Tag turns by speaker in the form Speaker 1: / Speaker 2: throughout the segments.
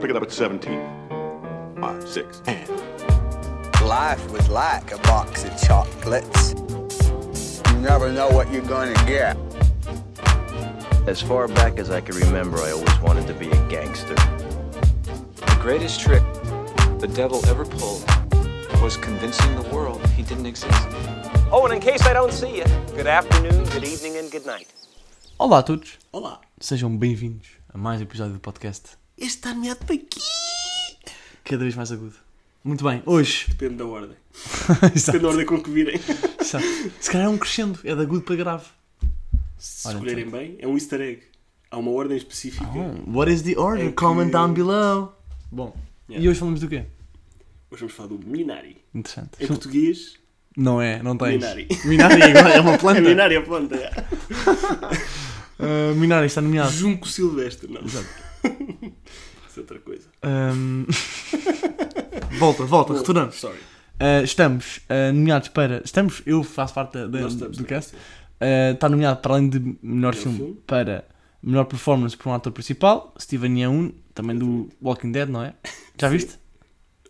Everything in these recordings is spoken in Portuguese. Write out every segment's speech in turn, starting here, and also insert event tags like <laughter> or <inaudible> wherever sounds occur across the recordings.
Speaker 1: pick it up at 17. Five, six, and.
Speaker 2: Life was like a box of chocolates. You never know what you're gonna get.
Speaker 3: As far back as I can remember, I always wanted to be a gangster.
Speaker 4: The greatest trick the devil ever pulled was convincing the world he didn't exist.
Speaker 5: Oh, and in case I don't see you, good afternoon, good evening, and good night.
Speaker 6: Olá a todos,
Speaker 7: Olá,
Speaker 6: sejam bem-vindos a mais um episódio do podcast
Speaker 7: este está nomeado para aqui.
Speaker 6: Cada vez Mais Agudo. Muito bem,
Speaker 7: <laughs>
Speaker 6: hoje.
Speaker 7: Depende da ordem.
Speaker 6: Exato,
Speaker 7: Depende da ordem com que virem. Se
Speaker 6: exato. Se calhar é um crescendo, é de agudo para grave. Olha, então.
Speaker 7: escolherem bem, é um easter egg. Há uma ordem específica.
Speaker 6: Hum, What is the order?
Speaker 7: É que-
Speaker 6: Comment down below. Bom,
Speaker 7: Yeah.
Speaker 6: e hoje falamos do quê?
Speaker 7: Hoje vamos falar do Minari.
Speaker 6: Interessante.
Speaker 7: Em português,
Speaker 6: Não é, não tens.
Speaker 7: É Minari.
Speaker 6: Minari agora é uma
Speaker 7: <laughs>
Speaker 6: planta.
Speaker 7: é Minari a planta.
Speaker 6: Ah, Minari está nomeado.
Speaker 7: Junco Silvestre, não.
Speaker 6: Exato.
Speaker 7: <laughs> Isso é outra coisa.
Speaker 6: Ahm, <laughs> volta, volta, retornamos.
Speaker 7: Sorry.
Speaker 6: Ah, estamos ah, nomeados para. Estamos, eu faço parte da- da-
Speaker 7: Nós estamos,
Speaker 6: do
Speaker 7: né?
Speaker 6: cast. Ah, está nomeado para além de melhor filme,
Speaker 7: filme.
Speaker 6: para melhor performance por um ator principal, Steven Yeun, também do Walking Dead, não é? Já
Speaker 7: Sim.
Speaker 6: viste?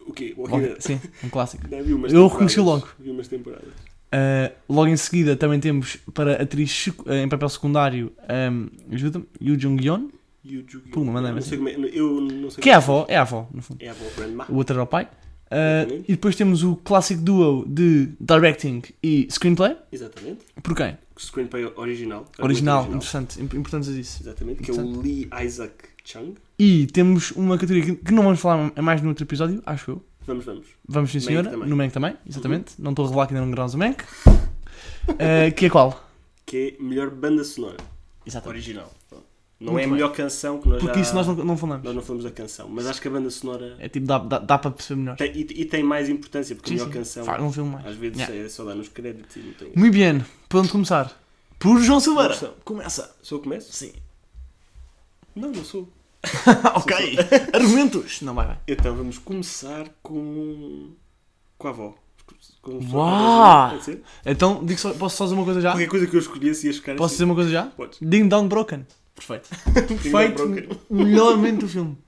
Speaker 7: O quê?
Speaker 6: Walking-
Speaker 7: Walking Dead?
Speaker 6: Sim, um clássico.
Speaker 7: Não, vi umas
Speaker 6: Eu
Speaker 7: temporadas.
Speaker 6: reconheci logo.
Speaker 7: Vi umas temporadas.
Speaker 6: Ah, logo em seguida também temos para atriz secu- ah, em papel secundário, ahm, ajuda-me, Yoo Jung-yeon,
Speaker 7: E o Jugi.
Speaker 6: Puma, mandei
Speaker 7: não sei como é. Eu não sei
Speaker 6: assim. que é a
Speaker 7: como
Speaker 6: avó, é a avó, no fundo.
Speaker 7: É a avó Grandma.
Speaker 6: o outro era o pai. Ah,
Speaker 7: Exatamente.
Speaker 6: e depois temos o clássico duo de directing e screenplay.
Speaker 7: Exatamente.
Speaker 6: Por quem?
Speaker 7: Screenplay original.
Speaker 6: Original,
Speaker 7: Argumento
Speaker 6: interessante, imp- importante isso.
Speaker 7: Exatamente. Que é o Lee Isaac Chung.
Speaker 6: E temos uma categoria que- que não vamos falar a mais no outro episódio, acho eu.
Speaker 7: Vamos, vamos.
Speaker 6: Vamos sim,
Speaker 7: Mank
Speaker 6: senhora.
Speaker 7: também.
Speaker 6: No Mank também, exatamente. Não estou a revelar que ainda não gravámos o Mank. <laughs> Ah, que é qual?
Speaker 7: Que é melhor banda sonora.
Speaker 6: Exatamente.
Speaker 7: original. Pronto. Não
Speaker 6: Muito
Speaker 7: é a
Speaker 6: bem.
Speaker 7: melhor canção que nós
Speaker 6: Porque
Speaker 7: já...
Speaker 6: isso nós não, não falamos.
Speaker 7: nós não falamos da canção, mas acho que a banda sonora
Speaker 6: É tipo, dá, dá, dá para perceber melhor.
Speaker 7: tem- e, e tem mais importância, porque
Speaker 6: Sim,
Speaker 7: a melhor
Speaker 6: sim.
Speaker 7: canção
Speaker 6: Faz um filme mais.
Speaker 7: às vezes
Speaker 6: Yeah.
Speaker 7: é só dar nos créditos e não tem.
Speaker 6: Muito bem, podemos começar. Por João Silveira.
Speaker 7: Não sou.
Speaker 6: Começa.
Speaker 7: Sou eu que começo?
Speaker 6: Sim.
Speaker 7: Não, não sou. <laughs>
Speaker 6: ok. Argumentos. Não vai, vai.
Speaker 7: Então vamos começar com. com a avó. Com com-
Speaker 6: Uau!
Speaker 7: Pode ser?
Speaker 6: Então, digo só, posso só dizer uma coisa já?
Speaker 7: Qualquer coisa é que eu escolhesse e as caras.
Speaker 6: Posso dizer uma coisa já?
Speaker 7: Podes.
Speaker 6: Ding Dong Broken. <laughs> Perfeito. Perfeito. Melhor momento do filme.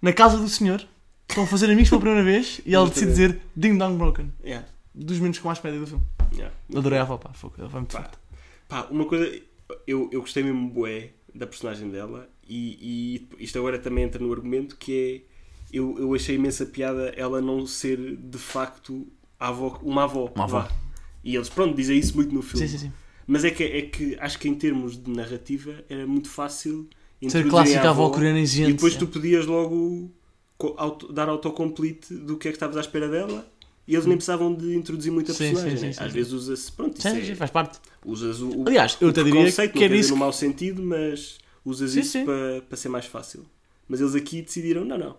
Speaker 6: Na casa do senhor, estão a fazer amigos pela primeira vez e ele
Speaker 7: Muito
Speaker 6: decide
Speaker 7: bem.
Speaker 6: dizer Ding Dong Broken.
Speaker 7: Yeah,
Speaker 6: Dos momentos com mais comédia do filme.
Speaker 7: yeah.
Speaker 6: Adorei a avó, pá. Fogo, ela foi muito
Speaker 7: Pá.
Speaker 6: forte.
Speaker 7: Pá, uma coisa, eu, eu gostei mesmo bué da personagem dela e, e isto agora também entra no argumento que é, eu, eu achei imensa piada ela não ser de facto a avó- uma avó.
Speaker 6: Uma avó.
Speaker 7: vá. E eles, pronto, dizem isso muito no filme.
Speaker 6: Sim, sim, sim.
Speaker 7: Mas é que, é que acho que em termos de narrativa era muito fácil
Speaker 6: Ser
Speaker 7: introduzirem
Speaker 6: clássica avó coreana e
Speaker 7: e
Speaker 6: gente.
Speaker 7: depois tu podias logo co- auto- dar autocomplete do que é que estavas à espera dela e eles nem precisavam de introduzir muito a
Speaker 6: Hum. Sim, sim,
Speaker 7: personagem.
Speaker 6: sim,
Speaker 7: né?
Speaker 6: sim,
Speaker 7: Às
Speaker 6: sim.
Speaker 7: vezes usa-se, pronto, isso
Speaker 6: Sim,
Speaker 7: é-
Speaker 6: sim, faz parte.
Speaker 7: Usas o, o,
Speaker 6: Aliás, eu até
Speaker 7: o
Speaker 6: diria
Speaker 7: preconceito,
Speaker 6: que
Speaker 7: não
Speaker 6: é
Speaker 7: quer dizer
Speaker 6: disso
Speaker 7: no
Speaker 6: que-
Speaker 7: mau sentido, mas usas
Speaker 6: Sim,
Speaker 7: isso
Speaker 6: sim.
Speaker 7: Para, para ser mais fácil. Mas eles aqui decidiram, não, não.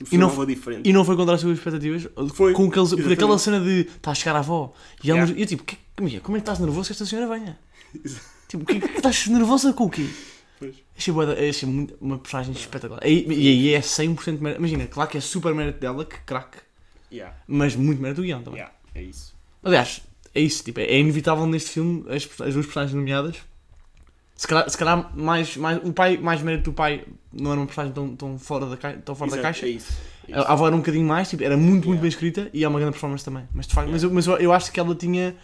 Speaker 6: E
Speaker 7: E
Speaker 6: não
Speaker 7: não foi diferente.
Speaker 6: E não foi contra as suas expectativas?
Speaker 7: Foi,
Speaker 6: Com aqueles, por
Speaker 7: exatamente.
Speaker 6: aquela cena de está a chegar a avó. E ela,
Speaker 7: Yeah.
Speaker 6: nos- e eu tipo, que, Mia, como é que estás nervoso que esta senhora venha?
Speaker 7: Exato.
Speaker 6: tipo, que, que estás nervosa com o quê?
Speaker 7: Pois.
Speaker 6: Achei, bué da- achei muito, uma personagem espetacular. E, e aí é 100% mérito. Imagina, claro que é super mérito dela, que craque,
Speaker 7: Yeah,
Speaker 6: mas muito mérito do guião também.
Speaker 7: yeah, é isso.
Speaker 6: Aliás, é isso, tipo, é inevitável neste filme as, as duas personagens nomeadas. Se calhar, se calhar mais, mais, o pai, mais mérito do pai não era uma personagem tão, tão fora da, cai- tão fora da
Speaker 7: Exato,
Speaker 6: caixa.
Speaker 7: É isso. é isso.
Speaker 6: A avó era um bocadinho mais, tipo, era muito, muito
Speaker 7: Yeah.
Speaker 6: bem escrita e é uma grande performance também. Mas, de facto, mas, eu, mas eu, eu acho que ela tinha.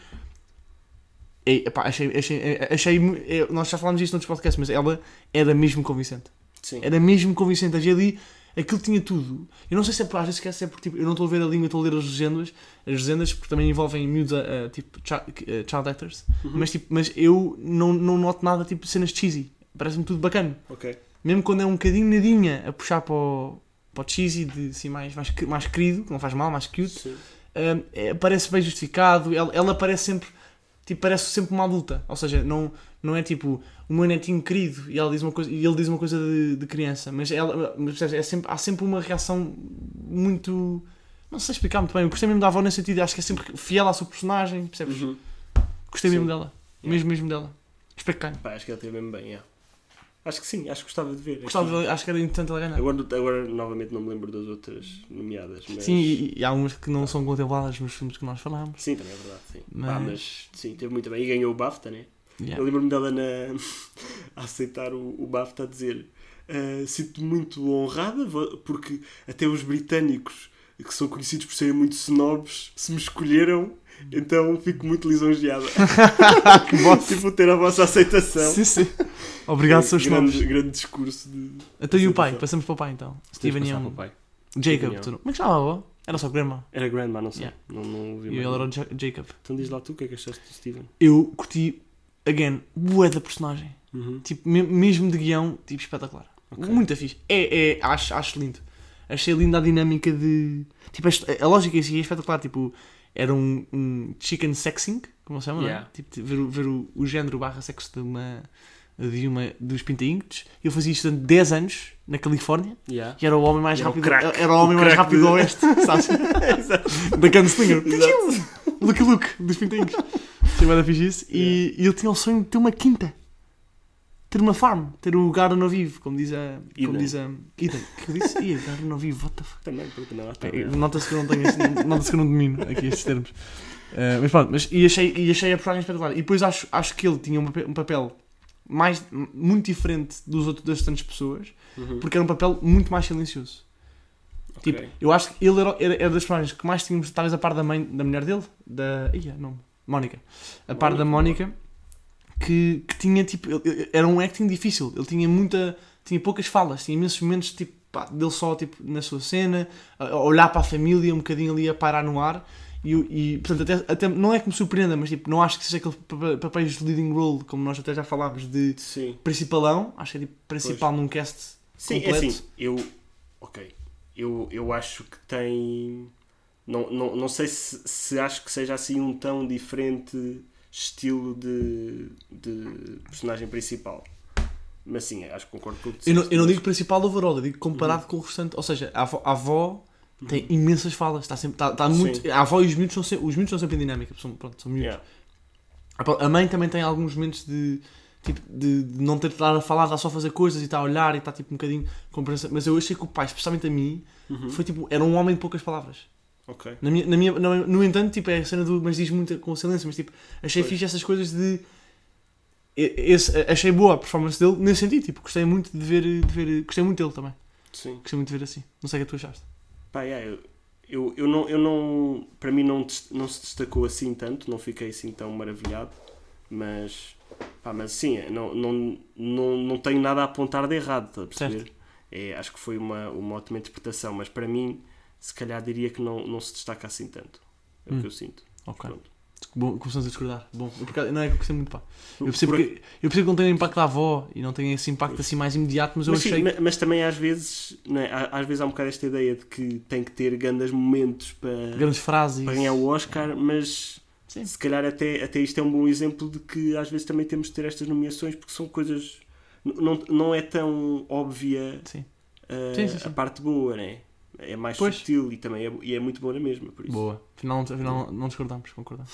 Speaker 6: Ei, epá, achei, achei, achei mu- eu- nós já falámos disto noutros podcasts, mas ela era mesmo convincente.
Speaker 7: Sim.
Speaker 6: Era mesmo convincente. Havia ali, aquilo tinha tudo. Eu não sei se é por, às vezes esquece, é porque tipo, eu não estou a ver a língua, estou a ler as legendas, as legendas, porque também envolvem miúdos, a- a, tipo, cha- eh, child actors.
Speaker 7: Uhum.
Speaker 6: Mas, tipo, mas eu não, não noto nada, tipo, cenas cheesy. Parece-me tudo bacana
Speaker 7: Ok.
Speaker 6: mesmo quando é um bocadinho nadinha a puxar para o, para o cheesy de assim mais, mais, que- mais querido, que não faz mal, mais cute,
Speaker 7: Sim.
Speaker 6: hum, é, parece bem justificado, ela, ela parece sempre tipo, parece sempre uma adulta, ou seja, não, não é tipo o meu netinho querido e, ela diz uma coisa, e ele diz uma coisa de, de criança, mas ela mas, percebes, é sempre, há sempre uma reação muito. Não sei explicar muito bem, eu gostei mesmo da avó nesse sentido, acho que é sempre fiel à sua personagem, percebes?
Speaker 7: Uhum.
Speaker 6: Gostei mesmo
Speaker 7: Sim.
Speaker 6: dela, mesmo mesmo dela. Espectacano.
Speaker 7: Pá, acho que ela teve mesmo bem, yeah. Acho que sim, acho que gostava de ver.
Speaker 6: Gostava,
Speaker 7: aqui.
Speaker 6: dela, acho que era interessante ela ganhar.
Speaker 7: Agora, agora, novamente, não me lembro das outras nomeadas. Mas...
Speaker 6: Sim, e, e há umas que não são contempladas nos filmes que nós falámos.
Speaker 7: Sim, também é verdade, sim. Pá,
Speaker 6: Mas-
Speaker 7: Mas, sim, teve muito bem. E ganhou o BAFTA, né? <laughs>
Speaker 6: Yeah.
Speaker 7: Eu lembro-me dela na... a aceitar o, o BAFTA a dizer ah, sinto-me muito honrada, vo- porque até os britânicos, que são conhecidos por serem muito snobs, se me escolheram, então fico muito lisonjeada.
Speaker 6: <laughs> que bosta.
Speaker 7: tipo, ter a vossa aceitação.
Speaker 6: <laughs> sim, sim. Obrigado, seus nomes.
Speaker 7: então, grande, grande discurso de.
Speaker 6: Então e o pai? Passamos para o pai então. Steven
Speaker 7: Passar
Speaker 6: Young.
Speaker 7: para o pai. Steven
Speaker 6: Jacob.
Speaker 7: Young.
Speaker 6: tu não- Como é que chamava a avó? Era só Grandma.
Speaker 7: Era grandma, não sei.
Speaker 6: Yeah.
Speaker 7: Não, não ouvi
Speaker 6: E
Speaker 7: mais
Speaker 6: ele era
Speaker 7: nada.
Speaker 6: o Ja- Jacob.
Speaker 7: Então diz lá tu o que é que achaste do Steven.
Speaker 6: Eu curti, again, bué da personagem.
Speaker 7: Uhum.
Speaker 6: Tipo, me- mesmo de guião, tipo, espetacular. Muito fixe. É, é, acho, acho lindo. Achei linda a dinâmica de... Tipo, a hist- a lógica em si é espetacular. Tipo, era um, um chicken sexing, como se chama, não
Speaker 7: Yeah.
Speaker 6: é? Tipo, de ver, o- ver o, o género barra sexo de uma... De uma dos pintainhos. Eu fazia isto durante 10 anos, na Califórnia. <laughs>
Speaker 7: Yeah.
Speaker 6: E era o homem mais
Speaker 7: Era o
Speaker 6: rápido.
Speaker 7: crack.
Speaker 6: era o homem
Speaker 7: O
Speaker 6: mais
Speaker 7: crack
Speaker 6: rápido
Speaker 7: de-
Speaker 6: do oeste,
Speaker 7: <laughs>
Speaker 6: sabes? da Gunslinger. Lucky Luke, dos pintinhos. Chamada fiz isso. E, e ele tinha o sonho de ter uma quinta. Ter uma farm. Ter o Garden ao vivo, como diz a. Como
Speaker 7: Eden.
Speaker 6: diz a. Eden. O que é que eu disse? Ia, Garden ao vivo, what the fuck.
Speaker 7: Também, porque não há
Speaker 6: É, Nota-se que eu não tenho esse- <laughs> nota-se que eu não domino aqui estes termos. Eh, mas pronto, mas, e, achei, e achei a personagem espetacular. E depois acho, acho que ele tinha um papel, um papel mais, muito diferente dos outros, das tantas pessoas, porque era um papel muito mais silencioso.
Speaker 7: Ok.
Speaker 6: Tipo, eu acho que ele era, era, era das personagens que mais tínhamos, talvez a par da mãe, da mulher dele, da. Ia, não, Mónica. A par da Mónica, que, que tinha tipo. ele- ele- era um acting difícil, ele tinha muita. tinha poucas falas, tinha imensos momentos tipo, pá, dele só tipo, na sua cena, a- a olhar para a família, um bocadinho ali a parar no ar. E, eu- e portanto, até, até não é que me surpreenda, mas tipo, não acho que seja aquele pa- papéis de leading role, como nós até já falámos, de
Speaker 7: Sim.
Speaker 6: principalão, acho que é tipo principal num cast
Speaker 7: Sim,
Speaker 6: completo.
Speaker 7: é assim, eu. Ok. Eu, eu acho que tem. Não, não, não sei se, se acho que seja assim um tão diferente estilo de, de personagem principal. Mas sim, é, acho que concordo com o que
Speaker 6: Eu não,
Speaker 7: disseste,
Speaker 6: eu não
Speaker 7: mas-
Speaker 6: digo principal overall, eu digo comparado com o restante. Ou seja, a avó, a avó tem imensas falas. Está sempre, está, está muito,
Speaker 7: Uhum. Sim.
Speaker 6: a avó e os miúdos são sempre, os miúdos são sempre em dinâmica. São, pronto, são miúdos.
Speaker 7: Yeah.
Speaker 6: A pró- A mãe também tem alguns momentos de, tipo, de, de não ter de estar a falar, está só a fazer coisas e está a olhar e está tipo um bocadinho compreensão. Mas eu achei que o pai, especialmente a mim,
Speaker 7: Uhum.
Speaker 6: foi tipo, era um homem de poucas palavras.
Speaker 7: Ok.
Speaker 6: Na minha, na minha, na- no entanto, tipo, é a cena do. Mas diz muito com silêncio, mas tipo, achei fixe essas coisas de. e- Esse, achei boa a performance dele nesse sentido, tipo, gostei muito de ver, de ver. Gostei muito dele também.
Speaker 7: Sim.
Speaker 6: Gostei muito de ver assim. Não sei o que tu achaste.
Speaker 7: Pá, yeah, eu, eu, eu não, eu não. Para mim não, des- não se destacou assim tanto, não fiquei assim tão maravilhado, mas. Pá, mas sim, eu não, não, não, não tenho nada a apontar de errado, estás a perceber? É, acho que foi uma, uma ótima interpretação, mas para mim, se calhar diria que não, não se destaca assim tanto. É o que eu sinto.
Speaker 6: Hum. Ok.
Speaker 7: Pronto.
Speaker 6: Bom, começamos a discordar. Bom, eu por acaso- não é que eu gostei muito, pá. Eu percebo,
Speaker 7: Por-
Speaker 6: que, eu percebo que não tem o impacto da avó e não tem esse impacto assim mais imediato, mas eu
Speaker 7: Mas, sim,
Speaker 6: achei.
Speaker 7: ma- mas também às vezes, não é? Há- às vezes há um bocado esta ideia de que tem que ter grandes momentos para.
Speaker 6: Grandes frases.
Speaker 7: para ganhar é o Oscar, mas
Speaker 6: Sim.
Speaker 7: se calhar até, até isto é um bom exemplo de que às vezes também temos de ter estas nomeações porque são coisas. n- Não, não é tão óbvia
Speaker 6: Sim.
Speaker 7: uh,
Speaker 6: Sim, sim, sim.
Speaker 7: a parte boa, né? É mais
Speaker 6: Pois.
Speaker 7: sutil e também é, e é muito boa na mesma, por isso.
Speaker 6: Boa. Afinal, afinal não discordamos, concordamos.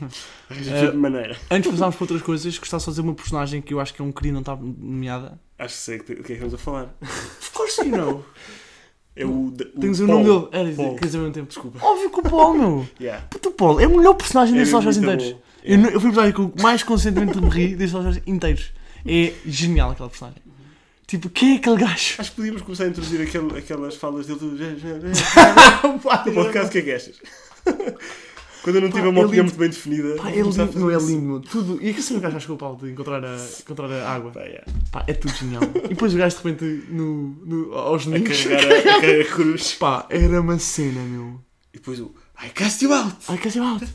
Speaker 6: Eh,
Speaker 7: Arranjas de maneira.
Speaker 6: Antes de passarmos para outras coisas, gostava só de dizer uma personagem que eu acho que é um querido não está nomeada.
Speaker 7: Acho que sei o que o que é que estamos a falar.
Speaker 6: Of course you know!
Speaker 7: É o. de- o
Speaker 6: Temos o
Speaker 7: Paul.
Speaker 6: nome dele. Era,
Speaker 7: Paul.
Speaker 6: quer dizer, ao mesmo tempo.
Speaker 7: Desculpa.
Speaker 6: Óbvio que o Paul, meu.
Speaker 7: Yeah.
Speaker 6: Puto, o Paul é o melhor personagem
Speaker 7: É
Speaker 6: desses
Speaker 7: mesmo
Speaker 6: Oscars
Speaker 7: muito
Speaker 6: inteiros.
Speaker 7: bom.
Speaker 6: Eu, não- eu fui o personagem que eu mais constantemente me ri desses Oscars inteiros. É genial aquela personagem. Tipo, quem é aquele gajo?
Speaker 7: Acho que podíamos começar a introduzir aquele- aquelas falas dele do. no podcast, o que é que achas? <laughs> Quando eu não tive
Speaker 6: Pá,
Speaker 7: uma
Speaker 6: é
Speaker 7: opinião muito
Speaker 6: lindo.
Speaker 7: bem definida.
Speaker 6: Pá, é
Speaker 7: vamos começar a
Speaker 6: lindo,
Speaker 7: fazer
Speaker 6: meu, é
Speaker 7: isso.
Speaker 6: lindo, meu. Tudo. E que será o gajo acho que o Paulo de encontrar a, encontrar a água?
Speaker 7: Pá, yeah.
Speaker 6: Pá, é tudo genial. E depois o gajo de repente no, no,
Speaker 7: É
Speaker 6: aos ninhos.
Speaker 7: carregar a, a- a cruz.
Speaker 6: <laughs> Pá, era uma cena, meu.
Speaker 7: E depois o I cast you out!
Speaker 6: Ai, que out.
Speaker 7: <laughs>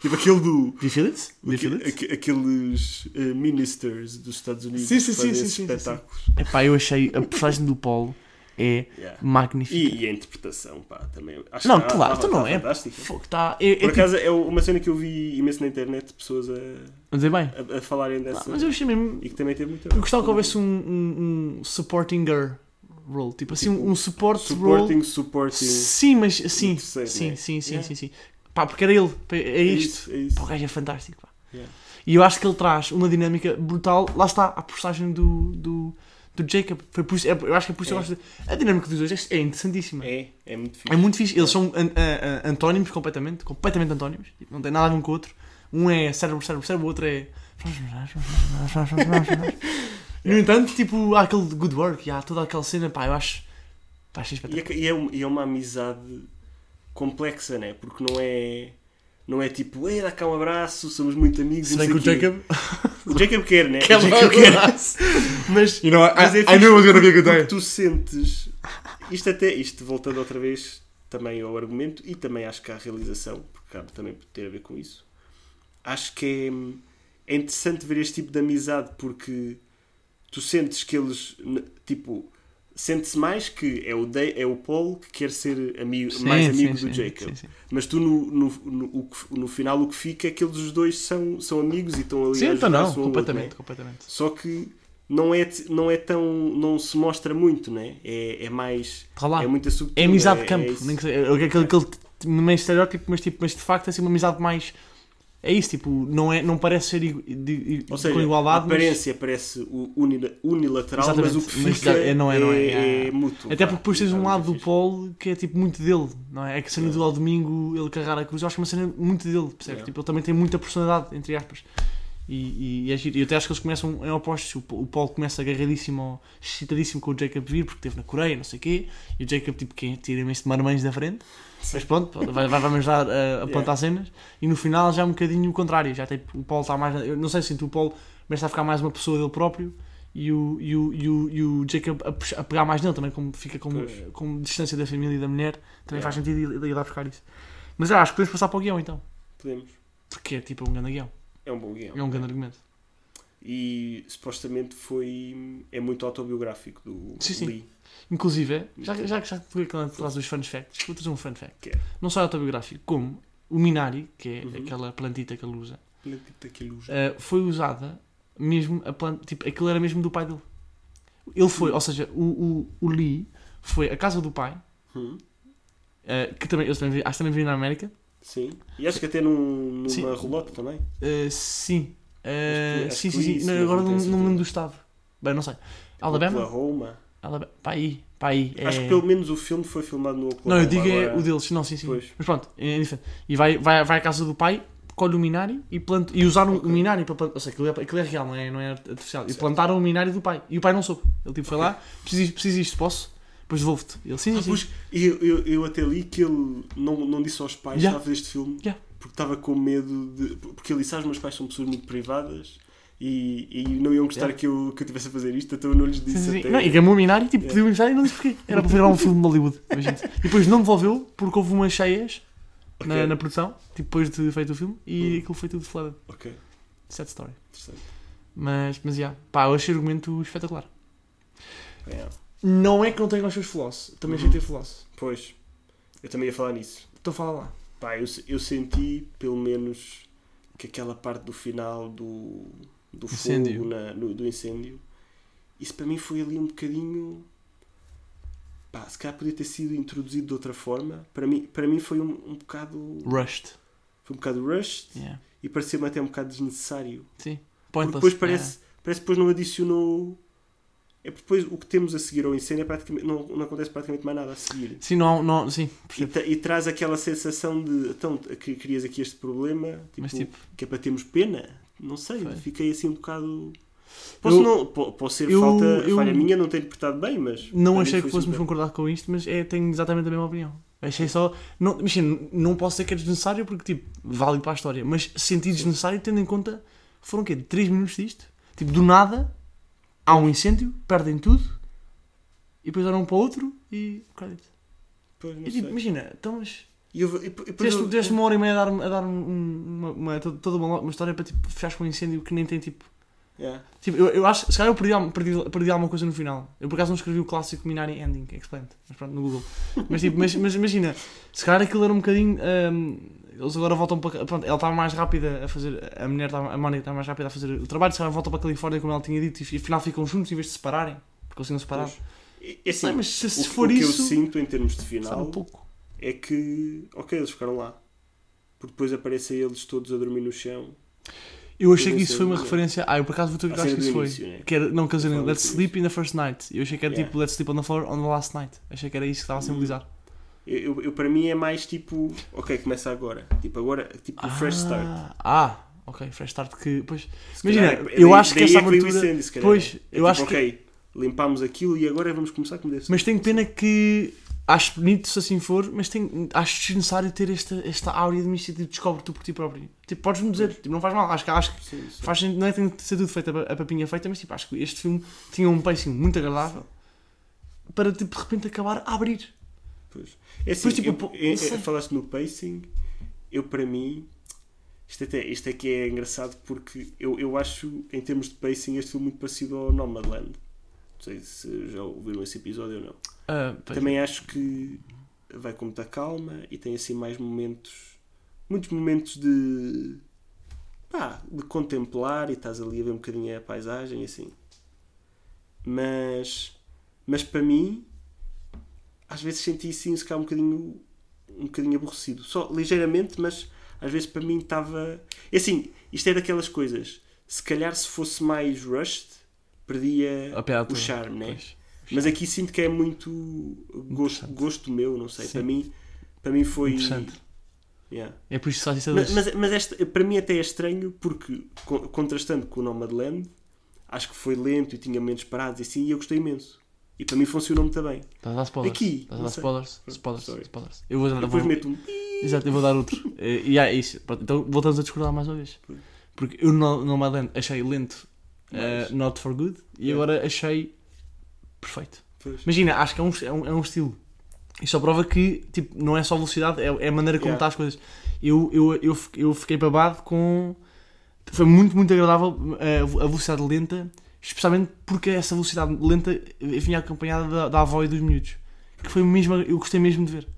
Speaker 7: Tipo aquele do.
Speaker 6: Do you feel it? Do you feel it?
Speaker 7: aque- Aqueles eh, ministers dos Estados Unidos
Speaker 6: Sim, sim,
Speaker 7: que fazem
Speaker 6: sim, sim,
Speaker 7: esses
Speaker 6: sim, sim,
Speaker 7: espetáculos.
Speaker 6: Epá, eu achei a personagem do Paulo é
Speaker 7: Yeah.
Speaker 6: magnífica.
Speaker 7: E, e a interpretação, pá, também. Acho
Speaker 6: Não,
Speaker 7: que tá-
Speaker 6: claro,
Speaker 7: tá-
Speaker 6: tu não
Speaker 7: tá
Speaker 6: é.
Speaker 7: fantástica.
Speaker 6: Fogo, tá. É, é
Speaker 7: Por
Speaker 6: tipo-
Speaker 7: acaso é uma cena que eu vi imenso na internet de pessoas a,
Speaker 6: Vamos dizer bem.
Speaker 7: a, a falarem dessa.
Speaker 6: Ah, mas eu achei mesmo.
Speaker 7: E que também teve muito.
Speaker 6: Eu gostava que houvesse um, um, um supporting girl role. Tipo assim, um, um support role.
Speaker 7: Supporting, supporting. É
Speaker 6: Sim, mas assim. Sim,
Speaker 7: Terceiro,
Speaker 6: sim,
Speaker 7: né?
Speaker 6: sim,
Speaker 7: Yeah.
Speaker 6: sim, sim. Pá, porque era ele. É, isto.
Speaker 7: isso, é isso.
Speaker 6: Pá, o gajo é fantástico. Pá.
Speaker 7: Yeah.
Speaker 6: E eu acho que ele traz uma dinâmica brutal. Lá está, a personagem do, do, do Jacob. Foi por isso, é- eu acho que é por isso que eu gosto. de- A dinâmica dos dois é é interessantíssima.
Speaker 7: É, é muito fixe.
Speaker 6: É muito fixe. Eles são an- a- a- antónimos completamente, completamente antónimos. Tipo, Não tem nada a ver
Speaker 7: <laughs>
Speaker 6: um com o outro. Um é cérebro, cérebro, cérebro, o outro é. No entanto, tipo, há aquele good work, e há toda aquela cena, pá, eu acho. Pá,
Speaker 7: E
Speaker 6: achei espetacular.
Speaker 7: é, que- e é um- e é uma amizade complexa, né? Porque não é. Não é tipo, ei, dá cá um abraço, somos muito amigos.
Speaker 6: Se
Speaker 7: não
Speaker 6: bem que o
Speaker 7: sei quê."
Speaker 6: Jacob.
Speaker 7: O Jacob quer, né?
Speaker 6: <laughs> Quer
Speaker 7: o
Speaker 6: logo um
Speaker 7: Jacob quer.
Speaker 6: abraço.
Speaker 7: Mas,
Speaker 6: You know, I-
Speaker 7: mas é
Speaker 6: I
Speaker 7: fixe
Speaker 6: knew it was gonna be a good
Speaker 7: porque
Speaker 6: day.
Speaker 7: Tu sentes. Isto até. Isto voltando outra vez também ao argumento e também acho que à realização, porque cabe também ter a ver com isso. Acho que é, é interessante ver este tipo de amizade porque tu sentes que eles. n- Tipo. Sente-se mais que é o, Dave- é o Paul que quer ser amigo,
Speaker 6: Sim,
Speaker 7: mais
Speaker 6: sim,
Speaker 7: amigo
Speaker 6: sim,
Speaker 7: do Jacob.
Speaker 6: sim, sim.
Speaker 7: Mas tu, no, no, no, o que- no final, o que fica é que eles os dois são, são amigos e estão ali a
Speaker 6: Sim,
Speaker 7: ajudar-se um
Speaker 6: então não,
Speaker 7: ao outro,
Speaker 6: completamente,
Speaker 7: né?
Speaker 6: completamente.
Speaker 7: Só que não é, não é tão. não se mostra muito, né? É, é mais.
Speaker 6: Tá lá.
Speaker 7: É muita subtil.
Speaker 6: É amizade de
Speaker 7: é
Speaker 6: campo,
Speaker 7: isso.
Speaker 6: nem que seja- é aquele, aquele meio estereótipo, mas, tipo, mas de facto é assim uma amizade mais. É isso, tipo, não, é, não parece ser igu- de- de-
Speaker 7: Ou seja,
Speaker 6: com igualdade,
Speaker 7: a
Speaker 6: mas-
Speaker 7: aparência parece u- unila- unilateral,
Speaker 6: Exatamente,
Speaker 7: mas o que
Speaker 6: mas
Speaker 7: fica
Speaker 6: é- não é- não é-
Speaker 7: é,
Speaker 6: é-
Speaker 7: mútuo.
Speaker 6: Até
Speaker 7: pá.
Speaker 6: porque depois tens
Speaker 7: Isso é
Speaker 6: um
Speaker 7: muito
Speaker 6: lado do
Speaker 7: fixe.
Speaker 6: Paul que é tipo muito dele, não é? É que a cena do ao domingo ele carregar a cruz, eu acho uma cena muito dele, percebes?
Speaker 7: É.
Speaker 6: Tipo, ele também tem muita personalidade, entre aspas. E, e, e é giro. E eu até acho que eles começam em opostos. O, Pa- o Paul começa agarradíssimo, ao- excitadíssimo com o Jacob vir, porque esteve na Coreia, não sei o quê. E o Jacob, tipo, quem tira-me este marmanjo da frente. Mas pronto, vai- vai- vai-me ajudar
Speaker 7: <laughs>
Speaker 6: a, a plantar cenas. E no final já é um bocadinho o contrário. Já tipo, o Paul está mais. na- Eu não sei se sinto o Paul começa a ficar mais uma pessoa dele próprio e o, e o, e o, e o Jacob a, pux- a pegar mais nele também, como fica com,
Speaker 7: Pois.
Speaker 6: com distância da família e da mulher. Também faz sentido ele ir lá buscar isso. Mas ah, acho que podemos passar para o guião então.
Speaker 7: Podemos.
Speaker 6: Porque é tipo um grande guião.
Speaker 7: É um bom guião.
Speaker 6: É um grande argumento.
Speaker 7: E supostamente foi. é muito autobiográfico do
Speaker 6: Sim, sim.
Speaker 7: Lee.
Speaker 6: Inclusive, é, já, já, já que tu traz dos fun facts, vou trazer um fun fact.
Speaker 7: Quero.
Speaker 6: Não só é autobiográfico, como o Minari, que é
Speaker 7: Uhum.
Speaker 6: aquela plantita que ele usa,
Speaker 7: Plantita que luz.
Speaker 6: Uh, foi usada mesmo a planta, tipo, aquilo era mesmo do pai dele. Ele foi, ou seja, o, o, o Lee foi à casa do pai,
Speaker 7: Hum,
Speaker 6: uh, que também, eles também, vi- acho que também vivem na América.
Speaker 7: Sim. E acho que até num,
Speaker 6: Sim.
Speaker 7: numa relota também.
Speaker 6: Uh, sim.
Speaker 7: Acho que-
Speaker 6: Uh,
Speaker 7: acho
Speaker 6: sim,
Speaker 7: que
Speaker 6: sim, sim.
Speaker 7: isso,
Speaker 6: Não,
Speaker 7: mas
Speaker 6: agora
Speaker 7: não
Speaker 6: não,
Speaker 7: tenho
Speaker 6: não me lembro
Speaker 7: certeza.
Speaker 6: do estado. Bem, não sei. Alabama?
Speaker 7: Oklahoma.
Speaker 6: Alabama. Para aí, para aí.
Speaker 7: Acho
Speaker 6: é-
Speaker 7: que pelo menos o filme foi filmado no Oklahoma.
Speaker 6: Não, eu digo é
Speaker 7: Agora-
Speaker 6: o deles, não, sim, sim.
Speaker 7: Pois.
Speaker 6: Mas pronto, é diferente. E vai, vai, vai à casa do pai, colhe o minário e, planta, e usaram o minário para plantar. Ou seja, aquilo é, aquilo é real, não é, não é artificial. E plantaram o minário do pai. E o pai não soube. Ele tipo foi lá, preciso, preciso isto, posso? Depois devolvo-te. Ele sim,
Speaker 7: Ah,
Speaker 6: sim.
Speaker 7: pois, eu, eu, eu até li que ele não, não disse aos pais que
Speaker 6: Yeah.
Speaker 7: estava a fazer este filme
Speaker 6: Yeah.
Speaker 7: porque estava com medo de. Porque ele disse: Ah, os meus pais são pessoas muito privadas e, e não iam gostar
Speaker 6: Yeah.
Speaker 7: que, eu, que eu tivesse a fazer isto, então eu não lhes
Speaker 6: Sim,
Speaker 7: disse
Speaker 6: sim, sim.
Speaker 7: até.
Speaker 6: Não, e gamou o minário, tipo,
Speaker 7: É.
Speaker 6: pediu o minário e não disse porquê. Era para virar um filme de Hollywood. <laughs> imagina-se. E depois não devolveu porque houve umas cheias na,
Speaker 7: Ok.
Speaker 6: na produção, tipo, depois de feito o filme, e aquilo foi tudo falado.
Speaker 7: Ok,
Speaker 6: Sad story.
Speaker 7: interessante.
Speaker 6: Mas, mas, yeah. pá, eu achei o argumento espetacular.
Speaker 7: É,
Speaker 6: Não é que não tenha os seus floss, também achei que tem floss.
Speaker 7: Pois, eu também ia falar nisso.
Speaker 6: Então fala lá.
Speaker 7: Pá, eu, se- eu senti pelo menos que aquela parte do final do, do
Speaker 6: Incêndio.
Speaker 7: fogo, na- no- do incêndio, isso para mim foi ali um bocadinho. Pá, se calhar podia ter sido introduzido de outra forma. Para mim, para mim foi um, um bocado.
Speaker 6: Rushed.
Speaker 7: Foi um bocado rushed
Speaker 6: Yeah.
Speaker 7: e pareceu-me até um bocado desnecessário.
Speaker 6: Sim.
Speaker 7: Porque
Speaker 6: Pointless.
Speaker 7: depois parece, parece que depois não adicionou. É porque depois o que temos a seguir ao incêndio é praticamente, não, não acontece praticamente mais nada a seguir.
Speaker 6: Yeah. Sim, não, um, não, sim.
Speaker 7: E,
Speaker 6: percebo.
Speaker 7: tra- e traz aquela sensação de então que crias aqui este problema tipo,
Speaker 6: Mas tipo,
Speaker 7: que é para termos pena não sei,
Speaker 6: Foi.
Speaker 7: fiquei assim um bocado posso,
Speaker 6: Eu-
Speaker 7: não, po- posso ser
Speaker 6: eu-
Speaker 7: falta
Speaker 6: eu-
Speaker 7: falha minha não ter interpretado bem mas para
Speaker 6: não
Speaker 7: mim
Speaker 6: achei
Speaker 7: foi
Speaker 6: que
Speaker 7: super-
Speaker 6: fôssemos concordar com isto, mas é, tenho exatamente a mesma opinião. Achei só. Não, imagina, não posso dizer que é desnecessário porque, tipo, vale para a história. Mas senti desnecessário tendo em conta. Foram o quê? 3 minutos disto? Tipo, do nada, há um incêndio, perdem tudo e depois olham para outro e. Crédito.
Speaker 7: Pois, não
Speaker 6: E tipo,
Speaker 7: sei.
Speaker 6: imagina, então, mas.
Speaker 7: E eu- e- e depois
Speaker 6: Tiveste,
Speaker 7: eu-
Speaker 6: tiveste uma hora e meia a dar, a dar um- uma, uma- to- toda uma, uma história para tipo, fechares com um incêndio que nem tem tipo.
Speaker 7: Yeah.
Speaker 6: Tipo, eu, eu acho, se calhar eu perdi, al- perdi, perdi alguma coisa no final. Eu por acaso não escrevi o clássico Minari Ending, explained, mas pronto, no Google. Mas tipo, mas, mas imagina, se calhar aquilo era um bocadinho. hum, eles agora voltam para. ca- Pronto, ela estava mais rápida a fazer. A mulher, estava, a Mónica estava mais rápida a fazer o trabalho, se calhar volta para a Califórnia como ela tinha dito e afinal ficam juntos em vez de se separarem, porque eles tinham separado.
Speaker 7: Pois. E- e assim,
Speaker 6: Não, mas se, se
Speaker 7: o,
Speaker 6: for
Speaker 7: o que
Speaker 6: isso,
Speaker 7: eu sinto em termos de
Speaker 6: sabe um
Speaker 7: final
Speaker 6: pouco.
Speaker 7: é que ok eles ficaram lá porque depois aparecem eles todos a dormir no chão
Speaker 6: Eu achei
Speaker 7: Eu
Speaker 6: que
Speaker 7: não
Speaker 6: isso
Speaker 7: sei
Speaker 6: foi uma
Speaker 7: dizer.
Speaker 6: referência. Ah, eu por acaso vou ter que
Speaker 7: A
Speaker 6: acho
Speaker 7: cena
Speaker 6: que
Speaker 7: do
Speaker 6: isso foi.
Speaker 7: início, né?
Speaker 6: Que era, não, quer dizer,
Speaker 7: Falam
Speaker 6: let's
Speaker 7: sobre
Speaker 6: sleep in the first night. Eu achei que era tipo,
Speaker 7: Yeah.
Speaker 6: let's sleep on the floor on the last night. Achei que era isso que estava a simbolizar.
Speaker 7: eu, eu- eu- para mim é mais tipo ok começa agora tipo agora tipo o fresh start
Speaker 6: Ah, ah, ok, fresh start que. Pois,
Speaker 7: Se
Speaker 6: imagina,
Speaker 7: calhar, é-
Speaker 6: eu
Speaker 7: daí-
Speaker 6: acho que
Speaker 7: daí
Speaker 6: essa
Speaker 7: é veio o
Speaker 6: abertura.
Speaker 7: incêndio, se calhar.
Speaker 6: pois,
Speaker 7: É
Speaker 6: eu
Speaker 7: tipo,
Speaker 6: acho que.
Speaker 7: Ok, limpámos aquilo e agora vamos começar como deve ser.
Speaker 6: Mas tenho pena que. Acho bonito se assim for, mas tenho, acho desnecessário ter esta, esta áurea de mistério de descobre tu por ti próprio. Tipo, podes-me dizer, tipo, não faz mal. Acho que, acho que
Speaker 7: Sim, sim.
Speaker 6: faz sentido- não é que tem que ser tudo feito a pa- a papinha feita, mas tipo, acho que este filme tinha um pacing muito agradável para tipo, de repente acabar a abrir.
Speaker 7: Pois. É assim,
Speaker 6: Pois, tipo,
Speaker 7: eu-
Speaker 6: pô,
Speaker 7: eu-
Speaker 6: não sei.
Speaker 7: eu- falaste no pacing, eu para mim, isto, até, isto aqui é engraçado porque eu, eu acho, em termos de pacing, este filme muito parecido ao Nomadland. Não sei se já ouviram esse episódio ou não.
Speaker 6: Ah, pois.
Speaker 7: Também acho que vai com muita calma e tem assim mais momentos, muitos momentos de pá, de contemplar e estás ali a ver um bocadinho a paisagem e assim. Mas, mas para mim, às vezes senti sim se calhar um bocadinho, um bocadinho aborrecido. Só ligeiramente, mas às vezes para mim estava. E assim, isto é daquelas coisas. Se calhar se fosse mais rushed, perdia
Speaker 6: A piada
Speaker 7: o
Speaker 6: toda.
Speaker 7: charme, né?
Speaker 6: Pois.
Speaker 7: Mas aqui sinto que é muito gosto, gosto meu, não sei.
Speaker 6: Sim.
Speaker 7: Para mim, para mim foi.
Speaker 6: Interessante.
Speaker 7: Yeah.
Speaker 6: É por isso que só disse a
Speaker 7: Mas,
Speaker 6: dois.
Speaker 7: mas, mas este- para mim até é estranho porque, co- contrastando com o Nomadland, acho que foi lento e tinha momentos parados e assim, e eu gostei imenso. E para mim funcionou muito bem.
Speaker 6: Estás a dar spoilers.
Speaker 7: Aqui,
Speaker 6: Estás a
Speaker 7: não
Speaker 6: dar
Speaker 7: sei.
Speaker 6: spoilers. Spoilers.
Speaker 7: Sorry.
Speaker 6: spoilers. Eu vou
Speaker 7: E
Speaker 6: dar
Speaker 7: depois
Speaker 6: vou-
Speaker 7: meto um.
Speaker 6: Exato, eu vou dar outro. Eh, E é isso. Pronto, então voltamos a discordar mais uma vez. Porque eu no Nomadland achei lento, eh,
Speaker 7: Mas-
Speaker 6: not for good, e
Speaker 7: Yeah.
Speaker 6: agora achei perfeito.
Speaker 7: Pois.
Speaker 6: Imagina, acho que é um, é um, é um estilo. E só é prova que tipo, não é só velocidade, é, é a maneira como
Speaker 7: Yeah.
Speaker 6: está as coisas. Eu, eu, eu, fi- eu fiquei babado com. Foi muito, muito agradável eh, a velocidade lenta, especialmente porque essa velocidade lenta eh, vinha acompanhada da, da avó e dos miúdos. Que foi mesmo, eu gostei mesmo de ver.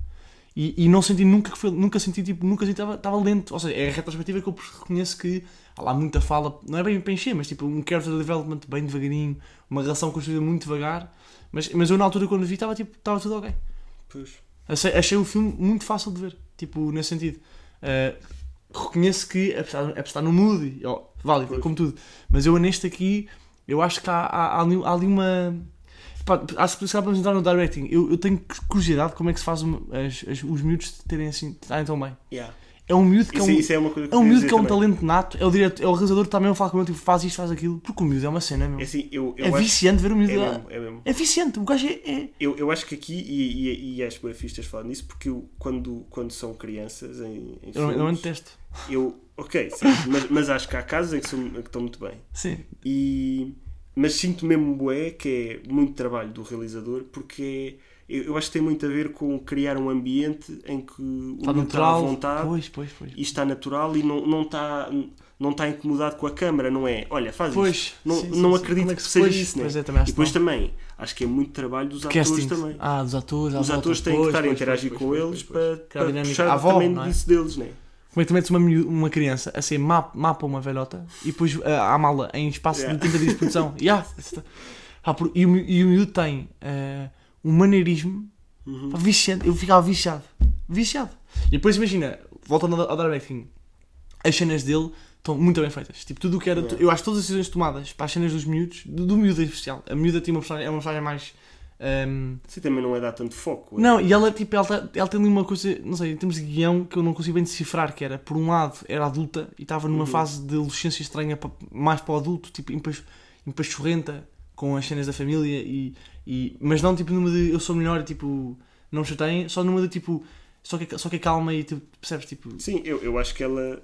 Speaker 6: E, e não senti nunca que foi, nunca senti, tipo, nunca senti, estava lento. Ou seja, é a retrospectiva que eu reconheço que há lá muita fala, não é bem para encher, mas tipo, um character development bem devagarinho, uma relação construída muito devagar. Mas, mas eu na altura quando vi estava tipo, estava tudo ok.
Speaker 7: Pois.
Speaker 6: Achei, achei o filme muito fácil de ver, tipo, nesse sentido. Ah, reconheço que é preciso é preciso estar no mood, e, ó, válido,
Speaker 7: Pois.
Speaker 6: como tudo. Mas eu neste aqui, eu acho que há, há- há ali, há ali uma. Pá, acho que se calhar podemos entrar no directing. Eu, eu tenho curiosidade de como é que se faz uma- as- as- os miúdos terem assim, estarem tão bem.
Speaker 7: Yeah.
Speaker 6: É um miúdo que
Speaker 7: Isso,
Speaker 6: é um,
Speaker 7: isso é uma coisa que
Speaker 6: é um,
Speaker 7: eu queria
Speaker 6: miúdo
Speaker 7: dizer
Speaker 6: que é um
Speaker 7: também.
Speaker 6: talento nato, é o, direto, é o realizador que também fala com ele, tipo, faz isto, faz aquilo, porque o miúdo é uma cena, meu.
Speaker 7: É assim, eu, eu
Speaker 6: É
Speaker 7: acho-
Speaker 6: viciante ver o
Speaker 7: É
Speaker 6: miúdo. lá.
Speaker 7: mesmo, é mesmo.
Speaker 6: É viciante, o gajo é. é-
Speaker 7: Eu, eu acho que aqui, e, e, e acho que o Fistas falando nisso, porque eu, quando, quando são crianças em, em
Speaker 6: Eu não, eu não
Speaker 7: filmes,
Speaker 6: detesto.
Speaker 7: eu- ok, sim, mas, mas acho que há casos em que, são, que estão muito bem.
Speaker 6: Sim.
Speaker 7: E, mas sinto mesmo bué que é muito trabalho do realizador porque é- eu, eu acho que tem muito a ver com criar um ambiente em que o miúdo está
Speaker 6: Está
Speaker 7: à
Speaker 6: natural.
Speaker 7: vontade
Speaker 6: Pois, pois, pois.
Speaker 7: e está natural e não, não está não está incomodado com a câmara, não é? Olha, faz
Speaker 6: Pois,
Speaker 7: isto. Não,
Speaker 6: sim, sim,
Speaker 7: não
Speaker 6: sim.
Speaker 7: acredito
Speaker 6: Como é
Speaker 7: que,
Speaker 6: que se-
Speaker 7: seja
Speaker 6: pois,
Speaker 7: isso, né?
Speaker 6: pois é, também acho
Speaker 7: e depois
Speaker 6: que
Speaker 7: também, acho que é muito trabalho dos
Speaker 6: Casting.
Speaker 7: atores também.
Speaker 6: Ah, dos atores. à
Speaker 7: Os
Speaker 6: volta.
Speaker 7: atores têm que
Speaker 6: Pois,
Speaker 7: estar a
Speaker 6: pois,
Speaker 7: interagir
Speaker 6: pois,
Speaker 7: com
Speaker 6: pois,
Speaker 7: eles
Speaker 6: pois, pois.
Speaker 7: para, para
Speaker 6: dinâmica.
Speaker 7: puxar
Speaker 6: A avó,
Speaker 7: também
Speaker 6: não é?
Speaker 7: disso deles, né?
Speaker 6: Como é que tu metes uma, miú- uma criança a ser mapa, mapa uma velhota e depois a mala em espaço
Speaker 7: Yeah.
Speaker 6: de 30 dias de produção? yeah. Ah, por- e, o, mi- e o miúdo tem eh, um maneirismo pá, viciante. Eu ficava viciado. Viciado. E depois imagina, voltando ao, ao directing, as cenas dele estão muito bem feitas. Tipo, tudo o que era. Eu acho que todas as decisões tomadas para as cenas dos miúdos, do, do miúdo em especial. A miúda tem uma personagem, é uma personagem mais. ehm,
Speaker 7: Você também não é dar tanto foco. é?
Speaker 6: não, e ela, tipo, ela, tá- ela tem ali uma coisa, não sei, em termos de guião que eu não consigo bem decifrar, que era, por um lado, era adulta e estava numa fase de adolescência estranha pa- mais para o adulto, tipo, empas- empachorrenta com as cenas da família e, e- Mas não, tipo, numa de eu sou melhor e, tipo, não me chateiem, só numa de, tipo, só que, só que é calma e, tipo, percebes, tipo...
Speaker 7: Sim, eu, eu acho que ela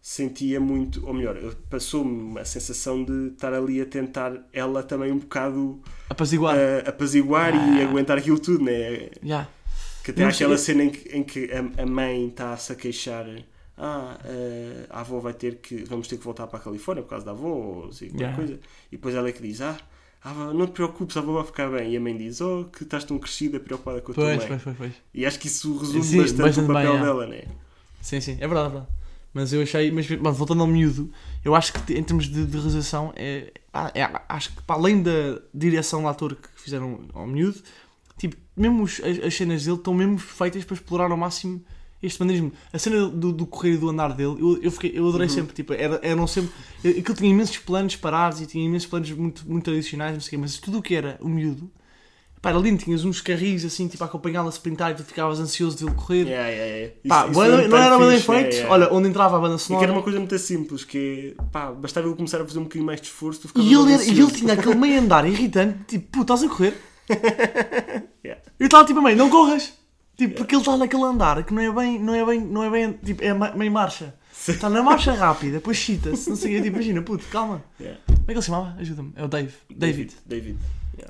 Speaker 7: sentia muito, ou melhor, eu- passou-me a sensação de estar ali a tentar ela também um bocado
Speaker 6: Apaziguar. já
Speaker 7: ah, apaziguar e aguentar aquilo tudo, né? Que até
Speaker 6: Não
Speaker 7: há aquela
Speaker 6: sei.
Speaker 7: cena em que, em que a, a mãe está-se a queixar. Ah, ah, a avó vai ter que. Vamos ter que voltar para a Califórnia por causa da avó, ou assim, qualquer
Speaker 6: Yeah.
Speaker 7: coisa. E depois ela é que diz: Ah, ah, vó, não te preocupes, a avó vai ficar bem. E a mãe diz: Oh, que estás tão crescida, preocupada com a tua
Speaker 6: Pois,
Speaker 7: mãe.
Speaker 6: pois, pois, pois.
Speaker 7: E acho que isso resume
Speaker 6: Sim,
Speaker 7: bastante,
Speaker 6: bastante
Speaker 7: o
Speaker 6: bem,
Speaker 7: papel
Speaker 6: yeah.
Speaker 7: dela, né?
Speaker 6: Sim, sim, é verdade, é verdade. Mas eu achei, mas pronto, voltando ao miúdo, eu acho que em termos de, de realização, é, pá, é- acho que para além da direção do ator que fizeram ao miúdo, tipo, mesmo os- as, as cenas dele estão mesmo feitas para explorar ao máximo este maneirismo. A cena do, do correr e do andar dele, eu, eu, fiquei, eu adorei sempre, tipo, era, eram sempre. Aquilo tinha imensos planos parados e tinha imensos planos muito, muito tradicionais, não sei o quê, mas tudo o que era o miúdo Pá, era lindo, tinhas uns carris assim, tipo, a acompanhá-la a sprintar e tu ficavas ansioso de ele correr.
Speaker 7: Yeah, yeah, yeah. Isso-
Speaker 6: Pá,
Speaker 7: isso
Speaker 6: bué-
Speaker 7: era um
Speaker 6: não era
Speaker 7: tanto
Speaker 6: bem
Speaker 7: fixe,
Speaker 6: feito.
Speaker 7: yeah, yeah.
Speaker 6: Olha, onde entrava a banda
Speaker 7: E que era uma
Speaker 6: sonora.
Speaker 7: coisa muito simples, que é, pá, bastava ele começar a fazer um bocadinho mais de esforço, tu ficavas
Speaker 6: E ele, era- e
Speaker 7: ansioso.
Speaker 6: ele tinha aquele meio andar irritante, tipo, pô, estás a correr?
Speaker 7: Yeah.
Speaker 6: Eu estava tipo a meio, não corras! Tipo, porque ele está naquele andar que não é bem, não é bem, não é bem, tipo, é ma- meio marcha. Está na marcha rápida, depois chita-se, não sei o quê, tipo, imagina, puto, calma.
Speaker 7: Yeah.
Speaker 6: Como é que ele se chamava? Ajuda-me. É o Dave. David.
Speaker 7: David.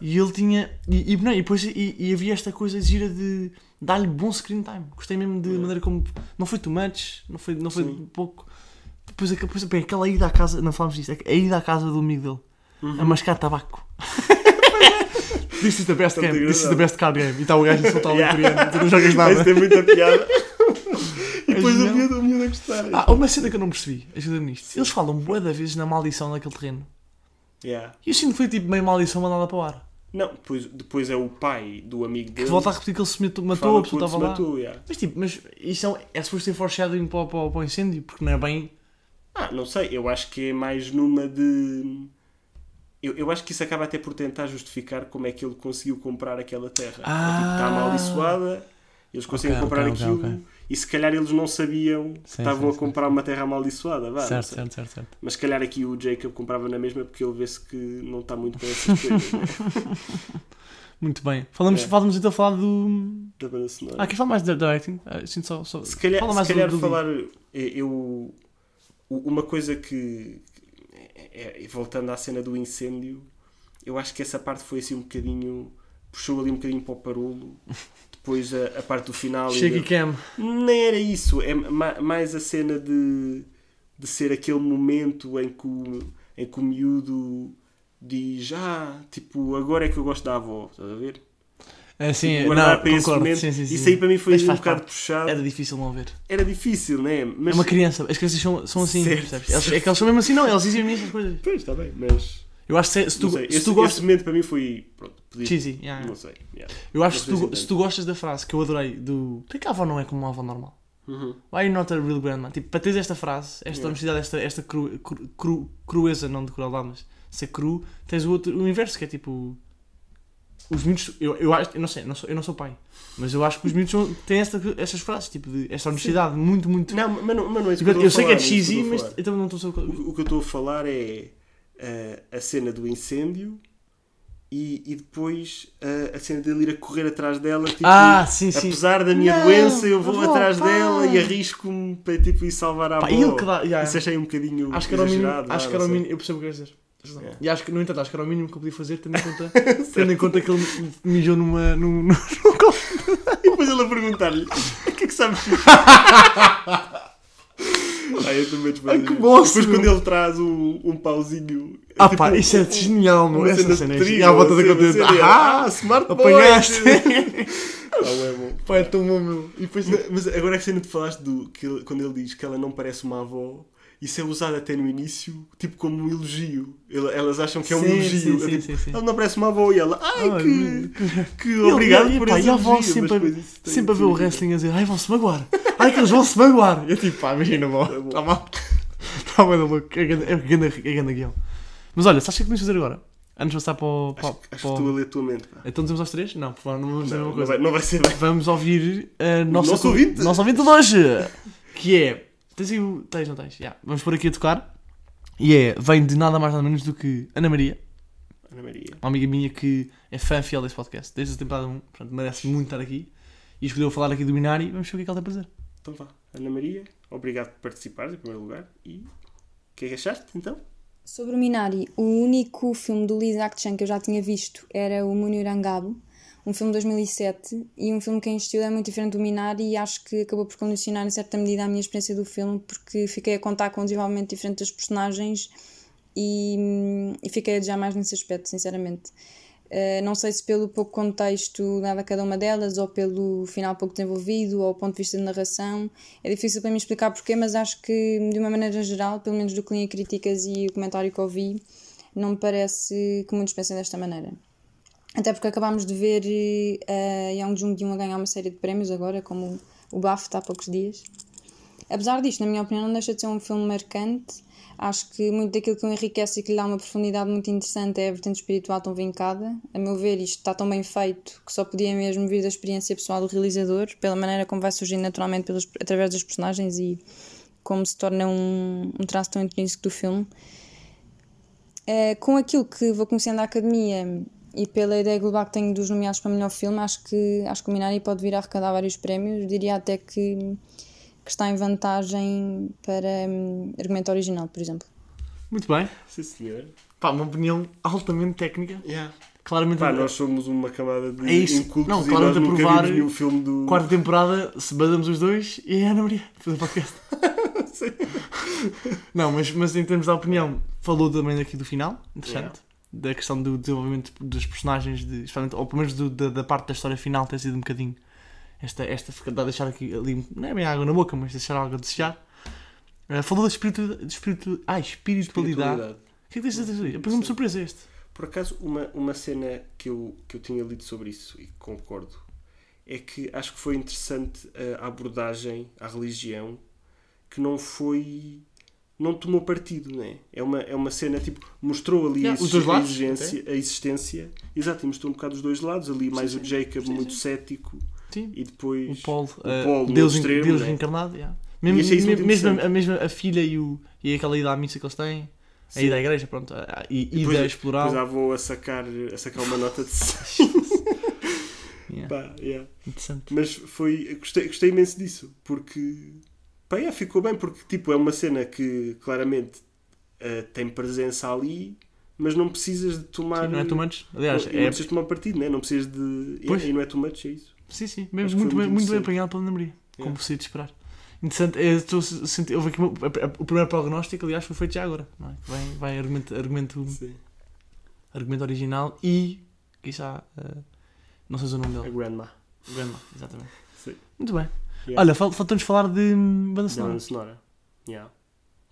Speaker 6: E ele tinha. E, e, não, e depois e, e havia esta coisa gira de dar-lhe bom screen time. Gostei mesmo de maneira como. Não foi too much, não foi, não foi pouco. Depois, aca- depois bem, aquela ida à casa. Não falámos disso, a ida à casa do amigo dele
Speaker 7: Uhum.
Speaker 6: a
Speaker 7: <laughs>
Speaker 6: mascar tabaco. This is the best
Speaker 7: Tanto
Speaker 6: game, this is the
Speaker 7: engraçado.
Speaker 6: best card game. E está o gajo a soltar o
Speaker 7: é <laughs> Yeah. é
Speaker 6: coreano, tu não jogas
Speaker 7: Mas
Speaker 6: nada.
Speaker 7: tem muita
Speaker 6: <laughs>
Speaker 7: piada. e depois
Speaker 6: Mas
Speaker 7: o
Speaker 6: não.
Speaker 7: miúdo, o miúdo a gostar.
Speaker 6: Ah, há uma cena que eu não percebi, ajuda-me nisto. Eles falam bué da vezes na maldição daquele terreno.
Speaker 7: Yeah.
Speaker 6: E eu sinto que foi tipo meio maldição mandada para o ar.
Speaker 7: Não, depois, depois é o pai do amigo dele.
Speaker 6: Que volta a repetir que ele se metu-
Speaker 7: que
Speaker 6: matou,
Speaker 7: fala
Speaker 6: a pessoa
Speaker 7: que o outro
Speaker 6: estava
Speaker 7: se
Speaker 6: lá.
Speaker 7: matou, yeah.
Speaker 6: Mas tipo, mas isso é, um- é suposto ter foreshadowing para, o- para, o- para o incêndio, porque não é bem.
Speaker 7: Ah, não sei, eu acho que é mais numa de. Eu, eu acho que isso acaba até por tentar justificar como é que ele conseguiu comprar aquela terra.
Speaker 6: Ah.
Speaker 7: É tipo, está amaldiçoada, eles conseguem
Speaker 6: Ok,
Speaker 7: comprar
Speaker 6: ok, ok,
Speaker 7: aquilo
Speaker 6: ok.
Speaker 7: e se calhar eles não sabiam que
Speaker 6: Sim,
Speaker 7: estavam
Speaker 6: sim,
Speaker 7: a comprar uma terra amaldiçoada. Vá, não sei.
Speaker 6: certo, certo, certo.
Speaker 7: Mas se calhar aqui o Jacob comprava na mesma porque ele vê-se que não está muito bem essas
Speaker 6: <laughs>
Speaker 7: coisas né?
Speaker 6: Muito bem. Falamos,
Speaker 7: É.
Speaker 6: vamos então falar do.
Speaker 7: da banda sonora.
Speaker 6: Ah, quem fala mais de directing? Ah, Sinto só, só...
Speaker 7: Se calhar,
Speaker 6: fala
Speaker 7: se
Speaker 6: mais do-
Speaker 7: calhar
Speaker 6: do, Lee.
Speaker 7: falar. eh, Eu, u- uma coisa que. é- é- voltando à cena do incêndio, eu acho que essa parte foi assim um bocadinho. puxou ali um bocadinho para o
Speaker 6: <laughs>
Speaker 7: parolo. Depois a, a parte do final.
Speaker 6: Chega e
Speaker 7: ainda-
Speaker 6: Cam.
Speaker 7: Nem era isso. É ma- mais a cena de, de ser aquele momento em que o, em que o miúdo diz: Ah, tipo, agora é que eu gosto da avó. Estás a ver?
Speaker 6: É, sim,
Speaker 7: Guardar
Speaker 6: não,
Speaker 7: para esse
Speaker 6: concordo.
Speaker 7: momento.
Speaker 6: Sim, sim, sim.
Speaker 7: Isso aí para mim foi
Speaker 6: Mas
Speaker 7: um
Speaker 6: faz
Speaker 7: bocado
Speaker 6: parte. É
Speaker 7: puxado.
Speaker 6: Era
Speaker 7: Era,
Speaker 6: difícil não ver.
Speaker 7: difícil, né? Mas
Speaker 6: É uma criança, as crianças são, são assim.
Speaker 7: Certo,
Speaker 6: percebes? Elas, é que elas são mesmo assim, não, elas dizem mesmo as coisas.
Speaker 7: Pois, está bem, mas.
Speaker 6: Eu acho que se, se tu,
Speaker 7: não sei,
Speaker 6: se
Speaker 7: esse,
Speaker 6: tu gostas.
Speaker 7: esse momento para mim foi. Pronto, podia.
Speaker 6: Cheesy, yeah, yeah.
Speaker 7: Não sei. yeah.
Speaker 6: Eu acho que
Speaker 7: Não sei
Speaker 6: se
Speaker 7: se
Speaker 6: tu,
Speaker 7: entendo.
Speaker 6: se tu gostas da frase que eu adorei do Porquê que a avó não é como uma avó normal?
Speaker 7: Uhum.
Speaker 6: Why are you not a real grandma? Tipo, para teres esta frase, esta honestidade, esta, esta cru, cru- cru- crueza, não de crueldade, mas ser cru, tens o, outro, o inverso, que é tipo. Os miúdos, eu, eu acho, eu não sei, não sou, eu não sou pai, mas eu acho que os miúdos são- têm esta, estas frases, tipo, de, esta honestidade, muito, muito.
Speaker 7: Não, mas não, mas não é isso
Speaker 6: Tipo,
Speaker 7: que
Speaker 6: eu
Speaker 7: eu, estou a
Speaker 6: sei que
Speaker 7: falar,
Speaker 6: é
Speaker 7: não isso que eu
Speaker 6: cheesy,
Speaker 7: estou a
Speaker 6: mas
Speaker 7: falar.
Speaker 6: então não estou a
Speaker 7: O, o que eu estou a falar é ah, a cena do incêndio e, e depois ah, a cena dele ir a correr atrás dela. Tipo,
Speaker 6: Ah, sim, sim.
Speaker 7: Apesar da minha
Speaker 6: Não,
Speaker 7: doença, eu vou
Speaker 6: avó,
Speaker 7: atrás
Speaker 6: pá.
Speaker 7: dela e arrisco-me para tipo, ir salvar a
Speaker 6: Pá,
Speaker 7: avó.
Speaker 6: ele que dá- yeah.
Speaker 7: Isso achei um bocadinho
Speaker 6: Acho que era o mínimo.
Speaker 7: exagerado,
Speaker 6: acho
Speaker 7: vá,
Speaker 6: que era
Speaker 7: não
Speaker 6: o
Speaker 7: sei.
Speaker 6: mínimo. Eu percebo o que queres dizer. Tens razão.
Speaker 7: assim. Yeah.
Speaker 6: E acho que, no entanto, acho que era o mínimo que eu podia fazer, tendo em
Speaker 7: <laughs>
Speaker 6: conta, tendo em conta que ele mijou numa. Num, num, num copo.
Speaker 7: E depois ele a perguntar-lhe: o que é que sabes fazer? <laughs> Ai, eu também te
Speaker 6: que moço,
Speaker 7: Depois quando
Speaker 6: meu.
Speaker 7: ele traz um, um pauzinho.
Speaker 6: Ah,
Speaker 7: tipo,
Speaker 6: pá, isso é genial, meu.
Speaker 7: uma
Speaker 6: Essa
Speaker 7: de
Speaker 6: cena é
Speaker 7: trigo,
Speaker 6: genial. à volta da
Speaker 7: assim, uma
Speaker 6: contente.
Speaker 7: cena,
Speaker 6: Ah,
Speaker 7: Ah, smart boy!
Speaker 6: apanhaste! <laughs>
Speaker 7: Ah, é bom.
Speaker 6: Pá, é tão bom, meu. E depois.
Speaker 7: Mas, mas agora é que cena te falaste do, que ele- quando ele diz que ela não parece uma avó, isso é usado até no início, tipo como um elogio. Ele- Elas acham que é um
Speaker 6: Sim,
Speaker 7: elogio.
Speaker 6: sim,
Speaker 7: É
Speaker 6: sim,
Speaker 7: tipo,
Speaker 6: sim, sim.
Speaker 7: Ela não parece uma avó e ela, ai
Speaker 6: Ah,
Speaker 7: que, que obrigado
Speaker 6: e,
Speaker 7: por
Speaker 6: pá,
Speaker 7: esse
Speaker 6: e a avó
Speaker 7: elogio", mas
Speaker 6: sempre,
Speaker 7: depois isso
Speaker 6: a-
Speaker 7: tem-
Speaker 6: sempre a ver o
Speaker 7: tem-
Speaker 6: wrestling a dizer Ai, vão-se magoar! Ai, que eles vão-se magoar! Eu tipo, pá, imagina, vó.
Speaker 7: bom.
Speaker 6: Está mal. Está bem louco. É grande, é grande, é grande guião. Mas olha, sabes o que é que podemos fazer agora? Antes de passar para o. para-
Speaker 7: Acho, que- acho
Speaker 6: para o-
Speaker 7: que estou a ler a tua mente. pá.
Speaker 6: Então dizemos aos três? Não, por favor, não vamos dizer a
Speaker 7: Não,
Speaker 6: mesma
Speaker 7: não,
Speaker 6: coisa.
Speaker 7: vai, não vai ser bem.
Speaker 6: Vamos ouvir a nossa
Speaker 7: nosso ouvinte.
Speaker 6: nosso ouvinte de hoje, que é. Tens aí o. Tens, não tens? Já. Vamos por aqui a tocar. E é. Vem de nada mais nada menos do que Ana Maria,
Speaker 7: Ana Maria.
Speaker 6: uma amiga minha que é fã fiel desse podcast, desde a temporada 1, portanto merece muito estar aqui. E escolheu falar aqui do Minari. Vamos ver o que é que ela tem a dizer.
Speaker 7: Então vá. Ana Maria, obrigado por participares em primeiro lugar. E o que é que achaste então?
Speaker 8: Sobre o Minari, o único filme do Lee Zak-Chan que eu já tinha visto era o Munirangabo, um filme de 2007, e um filme que em estilo é muito diferente do Minari e acho que acabou por condicionar em certa medida a minha experiência do filme, porque fiquei a contar com um desenvolvimento diferente das personagens e, hum, e fiquei a desejar mais nesse aspecto, sinceramente. Eh, não sei se pelo pouco contexto dado a cada uma delas, ou pelo final pouco desenvolvido, ou ponto de vista de narração. É difícil para mim explicar porquê, mas acho que, de uma maneira geral, pelo menos do que li em críticas e o comentário que ouvi, não me parece que muitos pensem desta maneira. Até porque acabámos de ver eh, a Young Jung-kyung a ganhar uma série de prémios agora, como o BAFTA há poucos dias. Apesar disto, na minha opinião, não deixa de ser um filme marcante. Acho que muito daquilo que o enriquece e que lhe dá uma profundidade muito interessante é a vertente espiritual tão vincada. A meu ver, isto está tão bem feito que só podia mesmo vir da experiência pessoal do realizador, pela maneira como vai surgindo naturalmente pelos, através dos personagens e como se torna um, um traço tão intrínseco do filme. Eh, com aquilo que vou conhecendo da academia e pela ideia global que tenho dos nomeados para melhor filme, acho que, acho que o Minari pode vir a arrecadar vários prémios. Diria até que, que está em vantagem para hum, argumento original, por exemplo.
Speaker 6: Muito bem.
Speaker 7: Sim, senhor.
Speaker 6: Pá, uma opinião altamente técnica.
Speaker 7: Yeah.
Speaker 6: Claramente um-
Speaker 7: Pá, nós somos uma camada de
Speaker 6: É isso.
Speaker 7: incultos
Speaker 6: Não,
Speaker 7: e nós
Speaker 6: claramente
Speaker 7: nunca
Speaker 6: aprovar
Speaker 7: vimos nenhum filme do...
Speaker 6: quarta temporada, se badamos os dois e a Ana Maria fazer um podcast. Não, mas, mas em termos da opinião, falou também aqui do final, interessante, da questão do desenvolvimento dos personagens, de, especialmente- ou pelo menos do- da, da parte da história final, ter sido um bocadinho esta, esta dá a deixar aqui ali, não é bem água na boca, mas deixar algo a desejar. Eh, falou da espiritu, de espiritu, ah, espiritualidade.
Speaker 7: Espiritualidade.
Speaker 6: O que é que tens a dizer? Apenas me surpresa este.
Speaker 7: Por acaso, uma, uma cena que eu, que eu tinha lido sobre isso e que concordo é que acho que foi interessante a abordagem à religião que não foi. não tomou partido, não é? É uma, é uma cena tipo. mostrou ali
Speaker 6: Yeah,
Speaker 7: a,
Speaker 6: os dois lados,
Speaker 7: existência, a existência. Exato, e mostrou um bocado os dois lados. Ali mais o Jacob muito cético
Speaker 6: Sim.
Speaker 7: e depois.
Speaker 6: o Paul, eh,
Speaker 7: Paul no
Speaker 6: Deus,
Speaker 7: extremo,
Speaker 6: Deus
Speaker 7: né?
Speaker 6: reencarnado. yeah. Mesmo,
Speaker 7: achei isso muito
Speaker 6: mesmo- mesmo a,
Speaker 7: interessante.
Speaker 6: mesma a filha e, o, e é aquela ida à missa que eles têm, a ida à igreja, pronto, a- a- e
Speaker 7: depois-
Speaker 6: ida a explorar.
Speaker 7: Depois à vou a sacar, a sacar uma nota de
Speaker 6: <laughs>
Speaker 7: 6.
Speaker 6: Yeah,
Speaker 7: Pá, yeah.
Speaker 6: interessante.
Speaker 7: Mas foi. Gostei, gostei imenso disso, porque. Pá, yeah, ficou bem, porque tipo, é uma cena que claramente eh, tem presença ali, mas não precisas de tomar.
Speaker 6: Sim, não é too much? Aliás,
Speaker 7: não, e não
Speaker 6: é,
Speaker 7: precisas de tomar partido, né? não precisas de.
Speaker 6: Pois.
Speaker 7: E, e não é too much, é isso.
Speaker 6: sim, sim, mesmo
Speaker 7: Acho que
Speaker 6: muito,
Speaker 7: foi muito
Speaker 6: bem, muito bem
Speaker 7: interessante.
Speaker 6: apanhado pela Ana Maria, como
Speaker 7: Yeah.
Speaker 6: se de esperar. Interessante, é, estou a sentir- houve aqui uma- a- a- o primeiro prognóstico, aliás, foi feito já agora. não é? Vai, vai argumento, argumento,
Speaker 7: Sim.
Speaker 6: argumento original e, quiçá, eh, não sei o nome
Speaker 7: A
Speaker 6: dele,
Speaker 7: grandma.
Speaker 6: Grandma, exatamente.
Speaker 7: Sim.
Speaker 6: Muito bem.
Speaker 7: Yeah.
Speaker 6: Olha, fal- faltou-nos falar de hum, banda
Speaker 7: Da
Speaker 6: sonora.
Speaker 7: banda sonora. Yeah.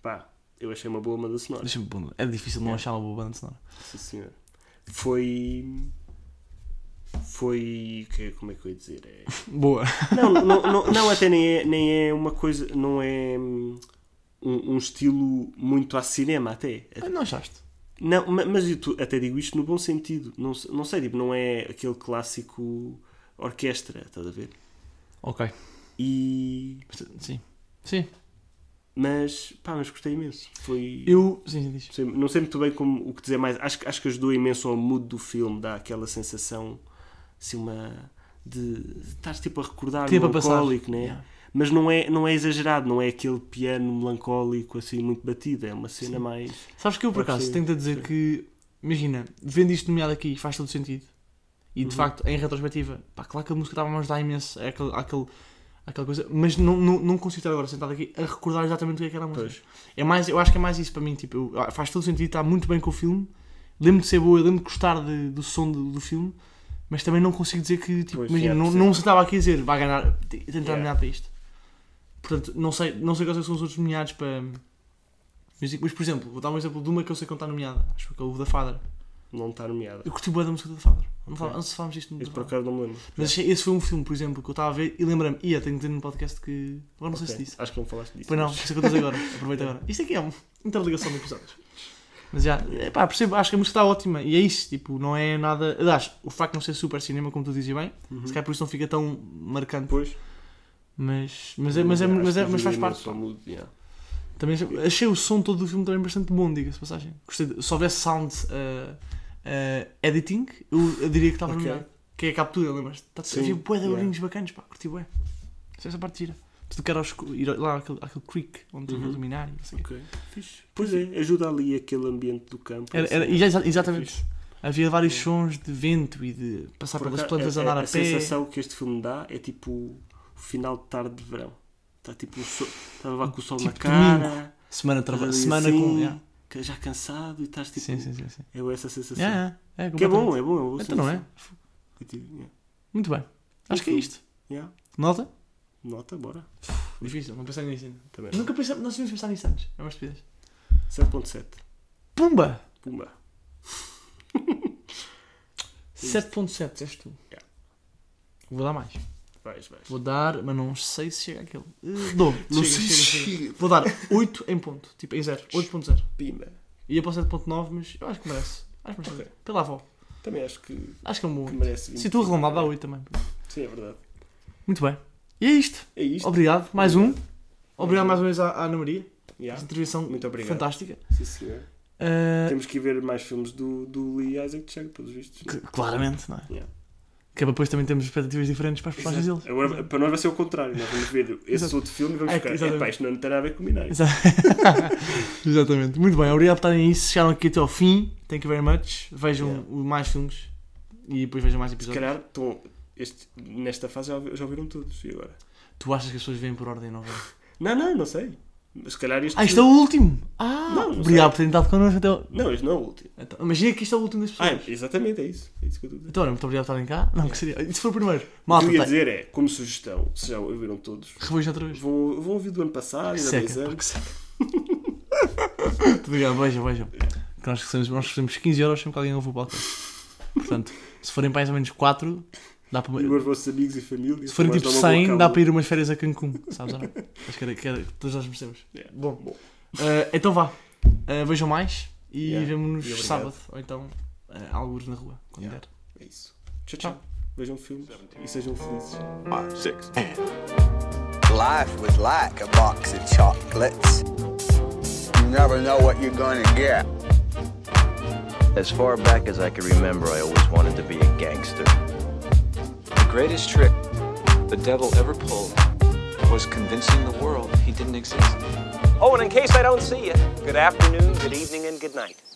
Speaker 7: Pá, eu achei uma boa banda sonora.
Speaker 6: Deixa-me pôr- É difícil não
Speaker 7: É.
Speaker 6: achar uma boa banda sonora.
Speaker 7: Sim, senhor. Foi. Foi. que- Como é que eu ia dizer? É.
Speaker 6: Boa.
Speaker 7: Não, não, não, não, até nem é, nem é uma coisa, não é hum, um, um estilo muito a cinema até.
Speaker 6: Ah, Não achaste?
Speaker 7: Não, ma- mas eu tu- até digo isto no bom sentido. Não, se- não sei, tipo, não é aquele clássico orquestra, estás a ver?
Speaker 6: Ok.
Speaker 7: E
Speaker 6: Sim. Sim.
Speaker 7: mas pá, mas gostei imenso. Foi
Speaker 6: Eu. Sim, sim, diz.
Speaker 7: não sei- não sei muito bem como o que dizer mais. Acho, que- acho que ajudou imenso ao mood do filme, dá aquela sensação assim uma de estás tipo a recordar
Speaker 6: Tempo a passar.
Speaker 7: melancólico, né?
Speaker 6: Yeah.
Speaker 7: Mas não é, não é exagerado, não é aquele piano melancólico assim muito batido, é uma cena mais
Speaker 6: Sabes que eu, por
Speaker 7: Pode
Speaker 6: acaso,
Speaker 7: ser.
Speaker 6: tenho-te a dizer
Speaker 7: Sim.
Speaker 6: que. Imagina, vendo isto nomeado aqui faz todo sentido. E de
Speaker 7: Uhum.
Speaker 6: facto, em retrospectiva, pá, claro que a música estava a ajudar imenso é àquele, àquele, àquela coisa, mas não, não, não consigo estar agora sentado aqui a recordar exatamente o que é que era a música. É mais, eu acho que é mais isso para mim, tipo, eu- faz todo sentido, está muito bem com o filme, lembro de ser boa, lembro de gostar de- do som do, do filme, mas também não consigo dizer que, tipo,
Speaker 7: Pois,
Speaker 6: imagina,
Speaker 7: é,
Speaker 6: não,
Speaker 7: percebo.
Speaker 6: não se estava aqui a dizer, vai ganhar, t- tentar
Speaker 7: Yeah.
Speaker 6: nomear para isto. Portanto, não sei, não sei quais é que são os outros nomeados para... Mas, mas, por exemplo, vou dar um exemplo de uma que eu sei que não está nomeada, acho que é o da Father.
Speaker 7: não está nomeada.
Speaker 6: Eu curti boa da música do The Father, não, fal- não se falamos disto no
Speaker 7: Esse
Speaker 6: The
Speaker 7: por
Speaker 6: Father.
Speaker 7: acaso não me lembro.
Speaker 6: Mas achei- esse foi um filme, por exemplo, que eu estava a ver e lembrei-me, ia, tenho que dizer no podcast que... Agora não sei se
Speaker 7: Ok,
Speaker 6: disse.
Speaker 7: Acho que não falaste disso.
Speaker 6: Pois não,
Speaker 7: mas-
Speaker 6: isso é que eu estou a dizer agora. Aproveita agora. Isto aqui é uma interligação de episódios. Mas já, é pá, percebo, acho que a música está ótima. E é isso, tipo, não é nada. Aliás, o facto de não ser super cinema, como tu dizes bem, se calhar por isso não fica tão marcante.
Speaker 7: Uhum. Pois.
Speaker 6: Mas, mas, é, mas, é, mas, é,
Speaker 7: Acho que
Speaker 6: mas faz
Speaker 7: ajuda
Speaker 6: parte.
Speaker 7: imenso ao mood, yeah.
Speaker 6: pá. Também achei o som todo do filme também bastante bom, diga-se de passagem. Gostei de- se houvesse sound ah, ah, editing, eu, eu diria que estava
Speaker 7: Ok.
Speaker 6: melhor. Que é a captura, lembras? Tá,
Speaker 7: Sim,
Speaker 6: havia bué de
Speaker 7: yeah.
Speaker 6: barulhinhos bacanas, pá, curti bué. Isso é essa parte gira. Tudo que era ao escuro- ir lá àquele, àquele creek onde teve
Speaker 7: Uhum.
Speaker 6: o luminário, não sei o quê.
Speaker 7: Ok. Fixe. Pois é, ajuda ali aquele ambiente do campo.
Speaker 6: Era, era-
Speaker 7: assim.
Speaker 6: exa- exatamente.
Speaker 7: Fixe.
Speaker 6: Havia vários sons de vento e de passar
Speaker 7: Por
Speaker 6: pelas
Speaker 7: acaso,
Speaker 6: plantas,
Speaker 7: a,
Speaker 6: andar a,
Speaker 7: a
Speaker 6: pé.
Speaker 7: sensação que este filme dá é tipo o final de tarde de verão. Está tipo o sol, está a levar com o sol
Speaker 6: Tipo
Speaker 7: na cara.
Speaker 6: domingo. Semana,
Speaker 7: estás
Speaker 6: de trava...
Speaker 7: ali
Speaker 6: semana
Speaker 7: assim,
Speaker 6: com. Yeah.
Speaker 7: que Já cansado e estás tipo.
Speaker 6: Sim, sim, sim. sim.
Speaker 7: É essa sensação.
Speaker 6: Yeah, yeah,
Speaker 7: Que é bom,
Speaker 6: completamente.
Speaker 7: é bom, é bom.
Speaker 6: Então não é? Muito bem. Acho que é isto.
Speaker 7: Yeah.
Speaker 6: Nota?
Speaker 7: é. Nota, bora.
Speaker 6: Difícil, não pensei nisso ainda.
Speaker 7: Também.
Speaker 6: Nunca pensamos, nós devíamos pensar nisso antes. É umas estupidez.
Speaker 7: 7.7.
Speaker 6: Pumba!
Speaker 7: Pumba.
Speaker 6: 7.7, és tu.
Speaker 7: Yeah.
Speaker 6: Vou dar mais.
Speaker 7: Vais, vais.
Speaker 6: Vou dar, mas não sei se chega àquele. Eh, Dou.
Speaker 7: Não
Speaker 6: <laughs>
Speaker 7: sei
Speaker 6: Chega, chega,
Speaker 7: se
Speaker 6: chega.
Speaker 7: chega.
Speaker 6: Vou dar 8 em ponto. Tipo, em 0. 8.0.
Speaker 7: Pima.
Speaker 6: Ia para o 7.9, mas eu acho que merece. Acho que merece.
Speaker 7: Ok.
Speaker 6: Pela avó.
Speaker 7: Também acho que,
Speaker 6: Acho que é um bom.
Speaker 7: que
Speaker 6: oito.
Speaker 7: merece.
Speaker 6: Se tu arredondar, dá 8 também.
Speaker 7: Sim, é verdade.
Speaker 6: Muito bem. E é isto.
Speaker 7: É isto.
Speaker 6: Obrigado. Mais um. Obrigado mais uma vez à, à Ana Maria.
Speaker 7: Yeah.
Speaker 6: Esta intervenção
Speaker 7: Muito obrigado.
Speaker 6: fantástica.
Speaker 7: Sim, senhor.
Speaker 6: Eh,
Speaker 7: Temos que ir ver mais filmes do, do Lee Isaac Chung, pelos vistos.
Speaker 6: que- claramente, não é?
Speaker 7: Yeah.
Speaker 6: Que é para depois também temos expectativas diferentes para as personagens deles.
Speaker 7: Agora, para nós vai ser o contrário. Nós vamos ver esse
Speaker 6: Exato.
Speaker 7: outro filme e vamos
Speaker 6: É que-
Speaker 7: ficar.
Speaker 6: exatamente.
Speaker 7: Epá, isto não tem nada a ver com o Minari.
Speaker 6: Exa- Exatamente. Muito bem, obrigado por estarem aí. Se chegaram aqui até ao fim, thank you very much. Vejam
Speaker 7: Yeah.
Speaker 6: o- mais filmes e depois vejam mais
Speaker 7: Se
Speaker 6: episódios.
Speaker 7: calhar, estão, este, nesta fase já, ouvi- já ouviram todos. E agora?
Speaker 6: Tu achas que as pessoas vêm por ordem, não vêm?
Speaker 7: Não, não, não sei. Se calhar este.
Speaker 6: Ah, isto é o último! Ah,
Speaker 7: Não, não sei.
Speaker 6: obrigado por terem estado connosco até ao...
Speaker 7: Não, este não é o último.
Speaker 6: Então, imagina que isto é o último das
Speaker 7: Ah,
Speaker 6: pessoas.
Speaker 7: é- exatamente, é isso. É isso que eu estou a dizer.
Speaker 6: Então, olha, muito obrigado por estarem cá. Não, que seria. E se for o primeiro?
Speaker 7: O que
Speaker 6: Malta,
Speaker 7: eu ia
Speaker 6: tá...
Speaker 7: dizer é, como sugestão, se já ouviram todos,
Speaker 6: revejam outra vez.
Speaker 7: vão, vão ouvir do ano passado,
Speaker 6: Que
Speaker 7: ainda há
Speaker 6: seca,
Speaker 7: 10
Speaker 6: pá, que
Speaker 7: anos.
Speaker 6: seca. Muito obrigado, vejam, vejam. Que nós recebemos, nós recebemos 15 euros sempre que alguém ouve o podcast. Portanto, se forem para mais ou menos 4, dá para.
Speaker 7: E os vossos amigos e família.
Speaker 6: Se forem
Speaker 7: mais
Speaker 6: tipo
Speaker 7: dá uma boa
Speaker 6: 100,
Speaker 7: causa.
Speaker 6: dá para ir umas férias a Cancún, sabes ou não? Acho que, era, que era- que todos nós merecemos.
Speaker 7: Yeah.
Speaker 6: Bom, Eh, então vá. Eh, vejam mais e
Speaker 7: Yeah. E
Speaker 6: vemo-nos
Speaker 7: obrigado.
Speaker 6: sábado ou então uh, alguns na rua, quando
Speaker 7: Yeah.
Speaker 6: der.
Speaker 7: É isso. Tchau, tchau. Vejam filmes e sejam felizes.
Speaker 1: five, six, and.
Speaker 2: Life was like a box of chocolates. You never know what you're gonna get.
Speaker 3: As far back as I can remember, I always wanted to be a gangster.
Speaker 4: The greatest trick the devil ever pulled was convincing the world he didn't exist.
Speaker 5: Oh, and in case I don't see you, good afternoon, good evening, and good night.